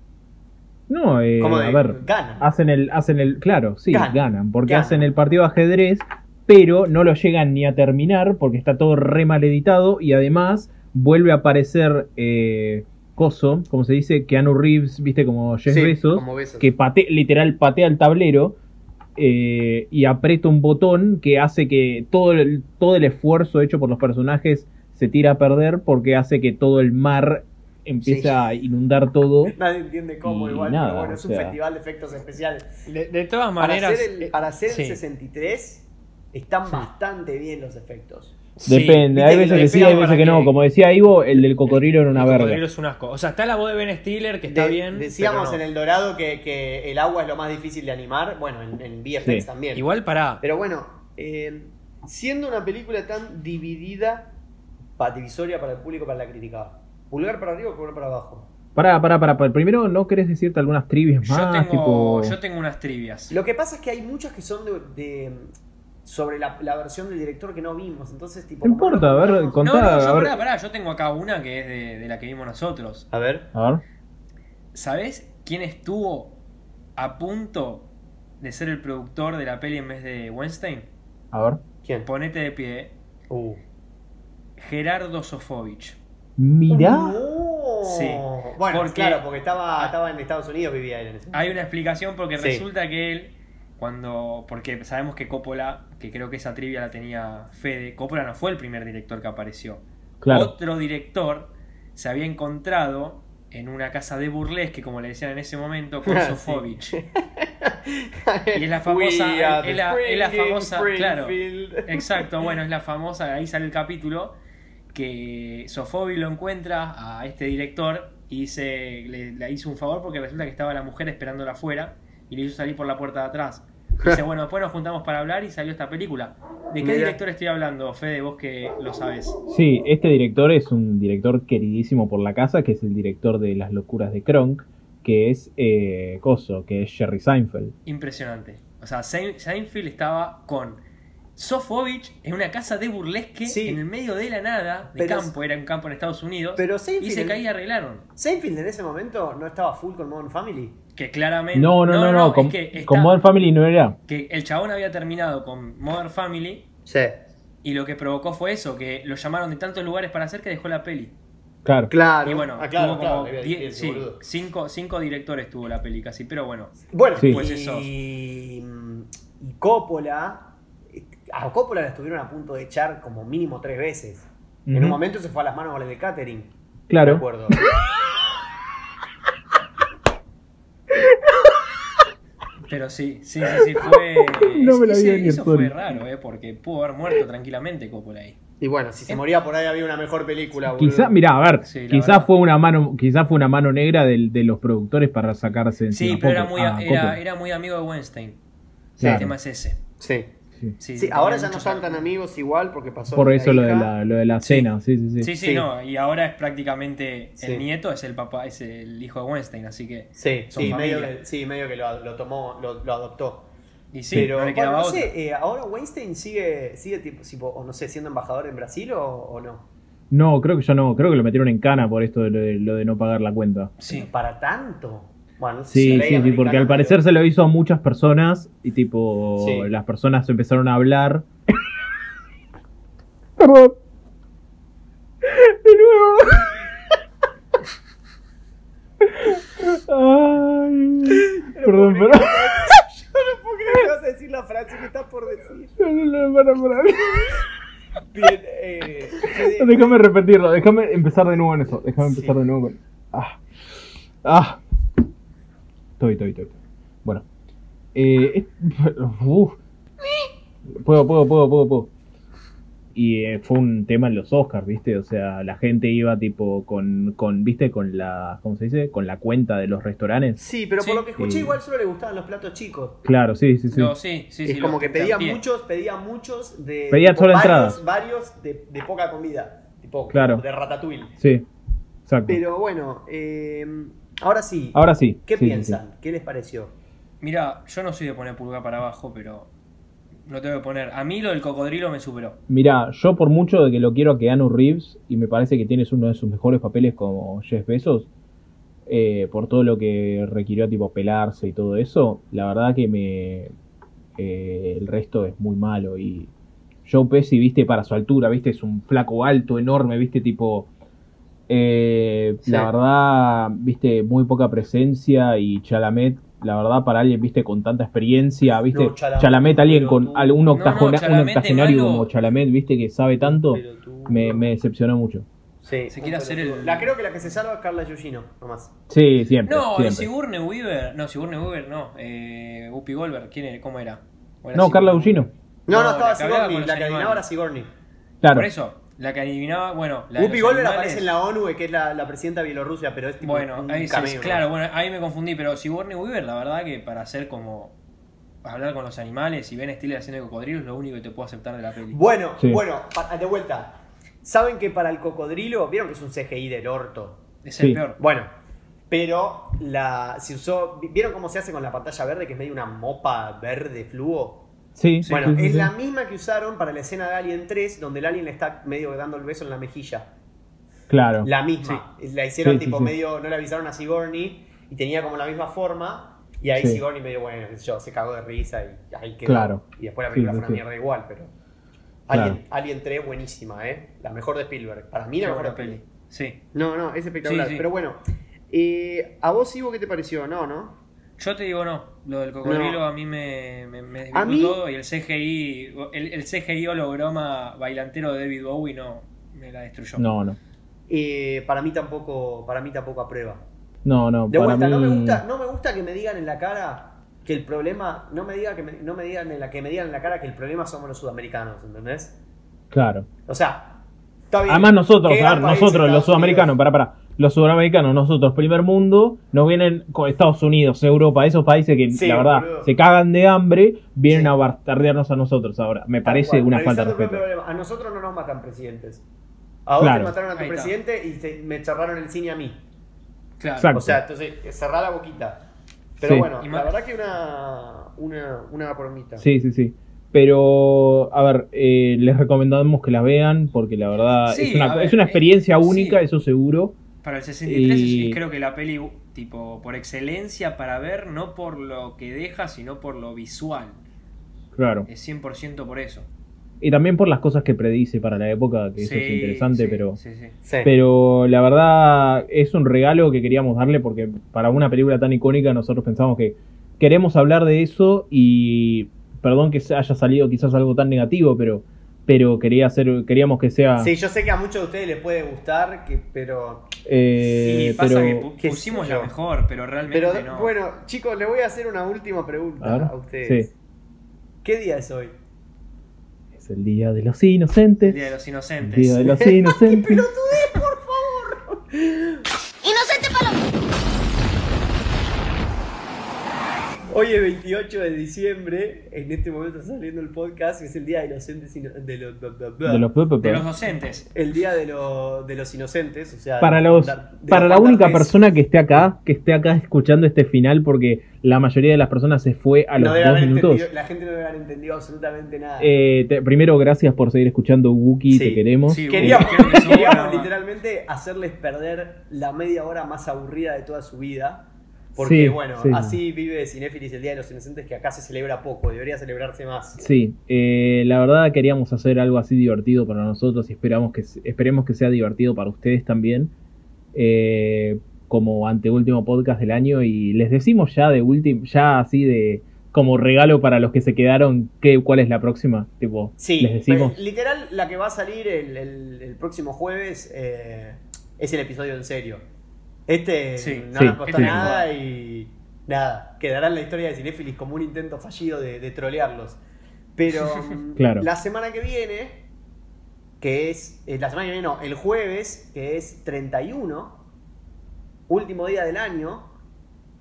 Speaker 1: no, eh,
Speaker 3: ¿Cómo de-
Speaker 1: a ver,
Speaker 3: ganan?
Speaker 1: hacen el, hacen el, claro, sí,
Speaker 3: Ganan.
Speaker 1: ganan, porque
Speaker 3: Ganan.
Speaker 1: hacen el partido de ajedrez, pero no lo llegan ni a terminar porque está todo re mal editado y además vuelve a aparecer eh, Coso, como se dice, Keanu Reeves, viste, como Jeff
Speaker 3: Sí,
Speaker 1: Bezos,
Speaker 3: como besos.
Speaker 1: que pate, literal patea el tablero eh, y aprieta un botón que hace que todo el, todo el esfuerzo hecho por los personajes se tira a perder porque hace que todo el mar empiece
Speaker 3: Sí.
Speaker 1: a inundar todo.
Speaker 3: Nadie entiende cómo
Speaker 1: Y
Speaker 3: igual,
Speaker 1: nada,
Speaker 3: pero bueno, es
Speaker 1: o
Speaker 3: un
Speaker 1: sea.
Speaker 3: festival de efectos especiales.
Speaker 5: De, de todas
Speaker 3: Para
Speaker 5: maneras. eh,
Speaker 3: hacer el, para hacer el
Speaker 5: sí.
Speaker 3: 63 Están bastante bien los efectos.
Speaker 1: Depende, hay veces que sí, hay veces que no. Como decía Ivo, el del cocodrilo era una
Speaker 5: El
Speaker 1: verga.
Speaker 5: cocodrilo es un asco. O sea, está la voz de Ben Stiller, que está
Speaker 3: De-
Speaker 5: bien.
Speaker 3: Decíamos
Speaker 5: pero no.
Speaker 3: en El Dorado que, que el agua es lo más difícil de animar. Bueno, en, en VFX
Speaker 1: Sí.
Speaker 3: también.
Speaker 5: Igual
Speaker 1: Ah,
Speaker 5: para.
Speaker 3: Pero bueno, eh, siendo una película tan dividida, pa- divisoria para el público, para la crítica. Pulgar para arriba, pulgar para abajo.
Speaker 1: Pará, pará, pará. pará. Primero, ¿no querés decirte algunas trivias
Speaker 5: Yo
Speaker 1: más?
Speaker 5: tengo,
Speaker 1: tipo...
Speaker 5: yo tengo unas trivias.
Speaker 3: Lo que pasa es que hay muchas que son de, de- sobre la, la versión del director que no vimos. Entonces, tipo.
Speaker 1: No importa, a ver,
Speaker 5: No,
Speaker 1: con-
Speaker 5: no,
Speaker 1: Contá,
Speaker 5: yo,
Speaker 1: a ver.
Speaker 5: pará, pará, yo tengo acá una que es de, de la que vimos nosotros.
Speaker 3: A ver.
Speaker 1: A ver.
Speaker 5: ¿Sabés quién estuvo a punto de ser el productor de la peli en vez de Weinstein?
Speaker 1: A ver.
Speaker 3: ¿Quién?
Speaker 5: Ponete de pie.
Speaker 3: Uh.
Speaker 5: Gerardo Sofovich.
Speaker 1: Mirá.
Speaker 3: No.
Speaker 5: Sí.
Speaker 3: Bueno,
Speaker 5: Oh. Porque-
Speaker 3: claro, porque estaba,
Speaker 5: Ah.
Speaker 3: estaba en Estados Unidos, vivía él en ese
Speaker 5: Hay una explicación porque
Speaker 3: Sí.
Speaker 5: resulta que él, cuando. Porque sabemos que Coppola, que creo que esa trivia la tenía Fede, Coppola no fue el primer director que apareció.
Speaker 1: Claro.
Speaker 5: Otro director se había encontrado en una casa de burlesque, como le decían en ese momento, con
Speaker 3: Ah, sí.
Speaker 5: Sofovich. Y es la famosa-
Speaker 3: We are the
Speaker 5: es la- es la
Speaker 3: springing
Speaker 5: famosa- claro.
Speaker 3: Springfield.
Speaker 5: Exacto, bueno, es la famosa, ahí sale el capítulo, que Sofobi lo encuentra a este director y dice, le, le hizo un favor porque resulta que estaba la mujer esperándola afuera y le hizo salir por la puerta de atrás. Dice, bueno, después nos juntamos para hablar y salió esta película. ¿De qué
Speaker 3: Mira.
Speaker 5: director estoy hablando, Fede, vos que lo sabes?
Speaker 1: Sí, este director es un director queridísimo por la casa, que es el director de Las locuras de Kronk, que es eh, Coso, que es Jerry Seinfeld.
Speaker 5: Impresionante. O sea, Sein- Seinfeld estaba con Sofovich en una casa de burlesque
Speaker 3: Sí.
Speaker 5: en el medio de la nada, de
Speaker 3: Pero-
Speaker 5: campo, era un campo en Estados Unidos,
Speaker 3: Pero
Speaker 5: y se
Speaker 3: Seinfeld,
Speaker 5: caí y arreglaron.
Speaker 3: Seinfeld en ese momento no estaba full con Modern Family.
Speaker 5: Que claramente.
Speaker 1: No, no, no, no,
Speaker 5: es
Speaker 1: con,
Speaker 5: que está-
Speaker 1: con Modern Family no era.
Speaker 5: que el chabón había terminado con Modern Family
Speaker 3: Sí.
Speaker 5: y lo que provocó fue eso, que lo llamaron de tantos lugares para hacer que dejó la peli.
Speaker 1: Claro.
Speaker 3: Claro.
Speaker 5: y bueno,
Speaker 3: Ah, claro,
Speaker 5: tuvo
Speaker 3: claro,
Speaker 5: como
Speaker 3: le voy a
Speaker 5: diez-
Speaker 3: decir,
Speaker 5: sí,
Speaker 3: boludo.
Speaker 5: cinco, cinco directores tuvo la peli casi, pero bueno.
Speaker 3: Bueno,
Speaker 1: Sí.
Speaker 5: Pues eso.
Speaker 3: y, mm, y Coppola. A Coppola la estuvieron a punto de echar como mínimo tres veces. En un
Speaker 1: Ujú.
Speaker 3: momento se fue a las manos con el de catering.
Speaker 1: Claro.
Speaker 3: Me acuerdo.
Speaker 5: Pero sí, sí, sí, sí, fue.
Speaker 1: No me la vi
Speaker 5: ese-
Speaker 1: venir,
Speaker 5: Eso fue
Speaker 1: sorry.
Speaker 5: raro, eh, porque pudo haber muerto tranquilamente Coppola ahí.
Speaker 3: Y bueno,
Speaker 5: Eh.
Speaker 3: si se moría por ahí había una mejor película, boludo.
Speaker 1: Quizá, mirá, a ver,
Speaker 5: Sí, la
Speaker 1: quizá
Speaker 5: verdad.
Speaker 1: fue una mano, quizá fue una mano negra del- de, los productores para sacarse encima
Speaker 5: Sí, pero
Speaker 1: a
Speaker 5: era
Speaker 1: Coppola-
Speaker 5: muy,
Speaker 1: a
Speaker 5: era,
Speaker 1: Coppola.
Speaker 5: era muy amigo de Weinstein.
Speaker 1: Claro.
Speaker 5: El tema es ese.
Speaker 3: Sí.
Speaker 1: Sí.
Speaker 5: Sí,
Speaker 3: Sí, ahora
Speaker 5: tenía
Speaker 3: ya no
Speaker 5: muchos
Speaker 3: están tan
Speaker 5: amigos.
Speaker 3: amigos igual porque pasó.
Speaker 1: Por eso lo de
Speaker 3: hija.
Speaker 1: la, lo de la cena, sí, sí, sí.
Speaker 5: Sí, sí,
Speaker 3: Sí.
Speaker 5: no. Y ahora es prácticamente
Speaker 3: Sí.
Speaker 5: el nieto, es el papá, es el hijo de Weinstein, así que.
Speaker 3: Sí,
Speaker 5: Son
Speaker 3: sí, medio
Speaker 5: familia.
Speaker 3: que, sí, medio que lo, lo tomó, lo, lo adoptó.
Speaker 5: Y sí,
Speaker 3: Pero
Speaker 5: no le
Speaker 3: bueno,
Speaker 5: quedaba
Speaker 3: no
Speaker 5: otra.
Speaker 3: sé, eh, ahora Weinstein sigue, sigue tipo, tipo, o no sé, siendo embajador en Brasil o, o no.
Speaker 1: No, creo que yo no, creo que lo metieron en cana por esto de lo de, lo de no pagar la cuenta.
Speaker 5: Sí.
Speaker 3: Para tanto. Bueno, no sé si
Speaker 1: Sí,
Speaker 3: la
Speaker 1: sí,
Speaker 3: ley
Speaker 1: sí, porque
Speaker 3: americana,
Speaker 1: al parecer
Speaker 3: pero-
Speaker 1: se lo hizo a muchas personas y tipo
Speaker 3: Sí.
Speaker 1: las personas empezaron a hablar. Perdón. De nuevo. Ay, perdón, perdón.
Speaker 3: No puedo creer que vas a decir la frase que estás por decir.
Speaker 1: No, no, para, para.
Speaker 3: Bien, eh, Fede,
Speaker 1: Déjame repetirlo, déjame empezar de nuevo en eso. Déjame
Speaker 3: Sí.
Speaker 1: empezar de nuevo con. Ah. Ah. Estoy, estoy, estoy. Bueno. Eh, es- uf. Puedo, puedo, puedo, puedo, puedo. Y eh, fue un tema en los Oscars, ¿viste? O sea, la gente iba tipo con, con, ¿viste? Con la, ¿cómo se dice? Con la cuenta de los restaurantes.
Speaker 3: Sí, pero
Speaker 5: Sí.
Speaker 3: por lo que escuché
Speaker 1: Sí.
Speaker 3: igual solo le gustaban los platos chicos.
Speaker 1: Claro, sí, sí, sí.
Speaker 5: No, sí, sí,
Speaker 3: es
Speaker 5: sí,
Speaker 3: como
Speaker 5: los
Speaker 3: que
Speaker 5: te
Speaker 3: pedía
Speaker 5: amplían.
Speaker 3: muchos, pedía muchos de.
Speaker 1: Pedía
Speaker 3: tipo,
Speaker 1: solo
Speaker 3: varios,
Speaker 1: entradas.
Speaker 3: Varios de, de poca comida. Tipo,
Speaker 1: Claro.
Speaker 3: de ratatouille.
Speaker 1: Sí, exacto.
Speaker 3: Pero bueno, eh, ahora sí.
Speaker 1: Ahora sí.
Speaker 3: ¿Qué
Speaker 1: sí, sí,
Speaker 3: piensan? ¿Qué les pareció?
Speaker 5: Mira, yo no soy de poner pulgar para abajo, pero no tengo que poner. A mí lo del cocodrilo me superó.
Speaker 1: Mirá, yo por mucho de que lo quiero a Keanu Reeves y me parece que tienes uno de sus mejores papeles como Jeff Bezos, eh, por todo lo que requirió tipo pelarse y todo eso, la verdad que me eh, el resto es muy malo y Joe Pesci, viste, para su altura, viste, es un flaco alto, enorme, viste, tipo eh,
Speaker 3: Sí.
Speaker 1: la verdad, viste, muy poca presencia y Chalamet, la verdad, para alguien, viste, con tanta experiencia, viste,
Speaker 3: No, Chalamet,
Speaker 1: Chalamet, alguien con
Speaker 3: pelotudo.
Speaker 1: al- un,
Speaker 5: No,
Speaker 1: octajona-
Speaker 5: no, Chalamet
Speaker 1: un
Speaker 5: de
Speaker 1: octagenario
Speaker 5: malo.
Speaker 1: como Chalamet, viste, que sabe tanto,
Speaker 3: Pero tú-
Speaker 1: me, me decepcionó mucho.
Speaker 3: Sí,
Speaker 5: Se quiere
Speaker 3: un
Speaker 5: hacer
Speaker 3: pelotudo.
Speaker 5: el-
Speaker 3: La creo que la que se salva es Carla Yugino, nomás.
Speaker 1: Sí, siempre.
Speaker 5: No, y
Speaker 1: siempre.
Speaker 5: Sigourney Weaver. No, Sigourney Weaver no. Eh, Whoopi Goldberg, ¿quién era? ¿Cómo era? ¿O era
Speaker 1: No,
Speaker 5: Sigourney
Speaker 1: Carla
Speaker 5: Weaver?
Speaker 1: Gugino.
Speaker 3: No, no,
Speaker 5: No,
Speaker 3: estaba
Speaker 5: la que hablaba
Speaker 3: Sigourney,
Speaker 5: con los
Speaker 3: la que adivinaba era
Speaker 5: animales.
Speaker 3: Sigourney.
Speaker 1: Claro.
Speaker 5: Por eso, la que adivinaba, bueno, la de
Speaker 3: Whoopi
Speaker 5: los
Speaker 3: Goldberg
Speaker 5: animales-
Speaker 3: aparece en la ONU, que es la, la presidenta de Bielorrusia, pero es tipo
Speaker 5: Bueno,
Speaker 3: un
Speaker 5: ahí sí,
Speaker 3: cameo, ¿no?
Speaker 5: claro, bueno, ahí me confundí, pero Sigourney Weaver, la verdad que para hacer como hablar con los animales y Ben Stiller haciendo de cocodrilo es lo único que te puedo aceptar de la peli.
Speaker 3: Bueno,
Speaker 1: Sí.
Speaker 3: bueno, pa- de vuelta. ¿Saben que para el cocodrilo, vieron que es un CGI del orto?
Speaker 5: Es
Speaker 1: Sí.
Speaker 5: el peor.
Speaker 3: Bueno, pero la, se usó, ¿vieron cómo se hace con la pantalla verde, que es medio una mopa verde fluo?
Speaker 1: Sí, sí,
Speaker 3: Bueno,
Speaker 1: sí,
Speaker 3: es
Speaker 1: sí.
Speaker 3: la misma que usaron para la escena de Alien 3, donde el alien le está medio dando el beso en la mejilla.
Speaker 1: Claro.
Speaker 3: La misma. La hicieron
Speaker 1: Sí, sí,
Speaker 3: tipo
Speaker 1: sí.
Speaker 3: medio, no le avisaron a Sigourney y tenía como la misma forma. Y ahí
Speaker 1: Sí.
Speaker 3: Sigourney medio, bueno, qué sé yo, se cagó de risa y ahí quedó.
Speaker 1: Claro.
Speaker 3: Y después la
Speaker 1: Sí,
Speaker 3: película
Speaker 1: sí,
Speaker 3: fue una
Speaker 1: sí.
Speaker 3: mierda igual, pero.
Speaker 1: Claro.
Speaker 3: Alien, Alien 3 buenísima, ¿eh? La mejor de Spielberg. Para mí
Speaker 5: Qué
Speaker 3: la mejor
Speaker 5: buena
Speaker 3: de peli.
Speaker 5: peli. Sí.
Speaker 3: No, no, es espectacular.
Speaker 5: Sí, sí.
Speaker 3: Pero bueno, eh, ¿a vos, Ivo, qué te pareció? No, ¿no?
Speaker 5: Yo te digo no, lo del cocodrilo
Speaker 3: No.
Speaker 5: a mí me, me, me
Speaker 3: A mí-
Speaker 5: disgustó y el CGI, el, el CGI holograma bailantero de David Bowie no me la destruyó.
Speaker 1: No, no.
Speaker 3: Eh, para mí tampoco, para mí tampoco aprueba.
Speaker 1: No, no.
Speaker 3: De
Speaker 1: para
Speaker 3: vuelta, no,
Speaker 1: mí-
Speaker 3: me gusta, no me gusta que me digan en la cara que el problema, no me diga que me, no me digan en la que me digan en la cara que el problema somos los sudamericanos, ¿entendés?
Speaker 1: Claro.
Speaker 3: O sea, está bien.
Speaker 1: Además nosotros,
Speaker 3: ¿Qué
Speaker 1: a ver,
Speaker 3: gran país
Speaker 1: nosotros, los
Speaker 3: Estados
Speaker 1: sudamericanos, para
Speaker 3: Unidos?
Speaker 1: para los sudamericanos, nosotros, primer mundo, nos vienen con Estados Unidos, Europa, esos países que
Speaker 3: Sí,
Speaker 1: la verdad
Speaker 3: boludo.
Speaker 1: se cagan de hambre, vienen
Speaker 3: Sí.
Speaker 1: a bastardearnos a nosotros ahora. Me parece
Speaker 3: Tal cual,
Speaker 1: una falta de
Speaker 3: revisando el
Speaker 1: respeto.
Speaker 3: propio problema. A nosotros no nos matan presidentes. A vos
Speaker 1: Claro.
Speaker 3: te mataron a tu
Speaker 5: Ahí está.
Speaker 3: presidente y te- me cerraron el cine a mí.
Speaker 5: Claro.
Speaker 1: Exacto.
Speaker 3: O sea, entonces eh, cerrá la boquita. Pero
Speaker 1: Sí.
Speaker 3: bueno,
Speaker 5: Y
Speaker 3: la
Speaker 5: más-
Speaker 3: verdad que una una una bromita.
Speaker 1: Sí, sí, sí. Pero, a ver, eh, les recomendamos que las vean porque la verdad
Speaker 5: Sí,
Speaker 1: es, una,
Speaker 5: a ver,
Speaker 1: es una
Speaker 5: eh,
Speaker 1: experiencia
Speaker 5: sí.
Speaker 1: única, eso seguro.
Speaker 5: Para el 63 es-
Speaker 1: Y-
Speaker 5: es creo que la peli tipo por excelencia para ver, no por lo que deja, sino por lo visual.
Speaker 1: Claro.
Speaker 5: Es 100% por eso.
Speaker 1: Y también por las cosas que predice para la época, que eso es
Speaker 5: Sí,
Speaker 1: interesante,
Speaker 5: sí,
Speaker 1: pero...
Speaker 5: sí, sí.
Speaker 3: Sí.
Speaker 1: Pero la verdad es un regalo que queríamos darle porque para una película tan icónica nosotros pensamos que queremos hablar de eso y perdón que se haya salido quizás algo tan negativo, pero pero quería hacer queríamos que sea
Speaker 3: Sí, yo sé que a muchos de ustedes les puede gustar, que, pero
Speaker 1: eh,
Speaker 5: Y pasa
Speaker 1: pero-
Speaker 5: que pu-
Speaker 3: qué sé
Speaker 5: pusimos
Speaker 3: yo.
Speaker 5: la mejor, pero realmente
Speaker 3: Pero
Speaker 5: no.
Speaker 3: bueno, chicos, le voy a hacer una última
Speaker 1: A
Speaker 3: pregunta
Speaker 1: ver,
Speaker 3: a, ustedes.
Speaker 1: sí.
Speaker 3: ¿Qué día es hoy?
Speaker 1: es el día de los inocentes.
Speaker 5: El Día de los
Speaker 1: El
Speaker 5: Inocentes.
Speaker 1: día de los inocentes.
Speaker 4: Inocente paloma.
Speaker 3: Hoy es 28 de diciembre, en este momento está saliendo el podcast, que es el Día de los Inocentes ino- de los, bla, bla, bla.
Speaker 1: de los pe- pe-
Speaker 5: De
Speaker 1: pe-
Speaker 5: los docentes.
Speaker 3: el Día de, lo- de los Inocentes, o sea,
Speaker 1: para
Speaker 3: de
Speaker 1: los
Speaker 3: contar- de
Speaker 1: para la
Speaker 3: contar
Speaker 1: única
Speaker 3: tres.
Speaker 1: persona que esté acá, que esté acá escuchando este final porque la mayoría de las personas se fue a los
Speaker 3: No debe
Speaker 1: dos
Speaker 3: haber
Speaker 1: minutos.
Speaker 3: entendido- la gente no debe haber entendido absolutamente nada.
Speaker 1: Eh, te- primero, gracias por seguir escuchando, Wookie,
Speaker 3: Sí,
Speaker 1: te queremos.
Speaker 5: sí,
Speaker 3: queríamos
Speaker 1: eh,
Speaker 5: Uy, creo que somos
Speaker 3: queríamos
Speaker 5: una-
Speaker 3: literalmente hacerles perder la media hora más aburrida de toda su vida. Porque
Speaker 1: Sí,
Speaker 3: bueno,
Speaker 1: sí.
Speaker 3: así vive Cinefilis el Día de los Inocentes, que acá se celebra poco, debería celebrarse más.
Speaker 1: Sí, eh, la verdad queríamos hacer algo así divertido para nosotros y esperamos que, se- esperemos que sea divertido para ustedes también, eh, como anteúltimo podcast del año y les decimos ya de último, ya así de como regalo para los que se quedaron, qué, cuál es la próxima, tipo,
Speaker 3: Sí, pues,
Speaker 1: les decimos.
Speaker 3: pero literal, la que va a salir el, el- el próximo jueves eh, es el episodio en serio. Este
Speaker 5: Sí,
Speaker 3: no
Speaker 1: sí,
Speaker 3: nos costó
Speaker 1: sí.
Speaker 3: nada y nada, quedará en la historia de Cinefilis como un intento fallido de, de trolearlos. Pero mm,
Speaker 1: Claro.
Speaker 3: la semana que viene, que es, eh, la semana que viene no, el jueves, que es 31, último día del año,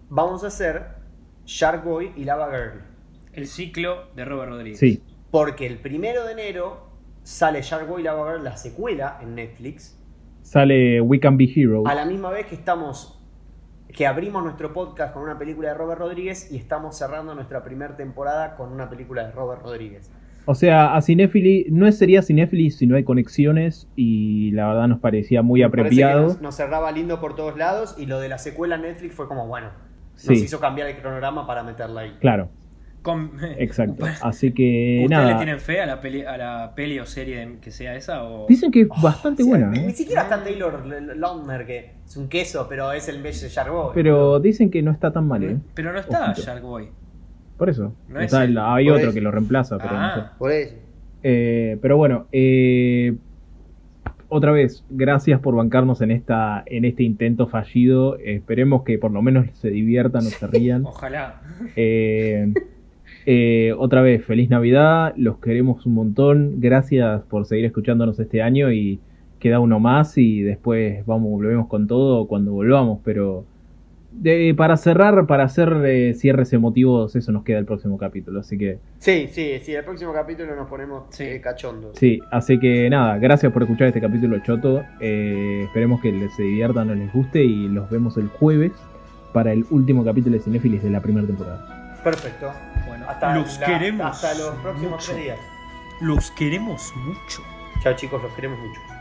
Speaker 3: vamos a hacer Shark Boy y Lava Girl.
Speaker 5: El ciclo de Robert Rodríguez.
Speaker 1: Sí,
Speaker 3: Porque el primero de enero sale Shark Boy Lava Girl, la secuela en Netflix.
Speaker 1: sale We Can Be Heroes.
Speaker 3: A la misma vez que estamos. que abrimos nuestro podcast con una película de Robert Rodríguez y estamos cerrando nuestra primera temporada con una película de Robert Rodríguez.
Speaker 1: O sea, a Cinefili no sería Cinefili si no hay conexiones y la verdad nos parecía muy
Speaker 3: Me parece que
Speaker 1: apropiado.
Speaker 3: Nos, nos cerraba lindo por todos lados y lo de la secuela en Netflix fue como bueno.
Speaker 1: Sí,
Speaker 3: Nos hizo cambiar el cronograma para meterla ahí.
Speaker 1: claro,
Speaker 5: Con-
Speaker 1: exacto.
Speaker 5: ¿Ustedes
Speaker 1: Así que
Speaker 5: le
Speaker 1: nada.
Speaker 5: tienen fe a la peli, a la peli o serie de- que sea esa? O...
Speaker 1: Dicen que es bastante
Speaker 3: O sea,
Speaker 1: buena.
Speaker 3: ni-
Speaker 1: ¿eh?
Speaker 3: Ni siquiera está Taylor L- L- Lautner, que es un queso, pero es el bello de Shark Boy.
Speaker 1: Pero dicen que no está tan mal, ¿eh?
Speaker 5: Pero no está
Speaker 1: Ojito.
Speaker 5: Shark Boy.
Speaker 1: Por eso.
Speaker 5: Mm. No
Speaker 1: O
Speaker 5: es
Speaker 1: sea,
Speaker 5: él.
Speaker 1: hay
Speaker 3: Por
Speaker 1: otro
Speaker 3: eso.
Speaker 1: que lo reemplaza, pero no sé.
Speaker 5: Ah,
Speaker 3: Por eso.
Speaker 1: Eh, pero bueno, eh, otra vez, gracias por bancarnos en, esta, en este intento fallido. Esperemos que por lo menos se diviertan o se rían.
Speaker 5: ojalá.
Speaker 1: Eh, eh, otra vez, feliz Navidad, los queremos un montón, gracias por seguir escuchándonos este año y queda uno más y después vamos, volvemos con todo cuando volvamos, pero de- para cerrar, para hacer eh, cierres emotivos, eso nos queda el próximo capítulo, así que
Speaker 3: Sí, sí, sí, el próximo capítulo nos ponemos
Speaker 5: Sí.
Speaker 3: eh, cachondos.
Speaker 1: sí, así que nada, gracias por escuchar este capítulo choto, eh, esperemos que les se diviertan, les guste y los vemos el jueves para el último capítulo de Cinefilis de la primera temporada.
Speaker 3: Perfecto.
Speaker 5: Bueno,
Speaker 3: Hasta,
Speaker 5: los
Speaker 3: la-
Speaker 5: queremos.
Speaker 3: hasta los próximos
Speaker 5: mucho.
Speaker 3: tres días.
Speaker 5: Los queremos mucho.
Speaker 3: Chao chicos, los queremos mucho.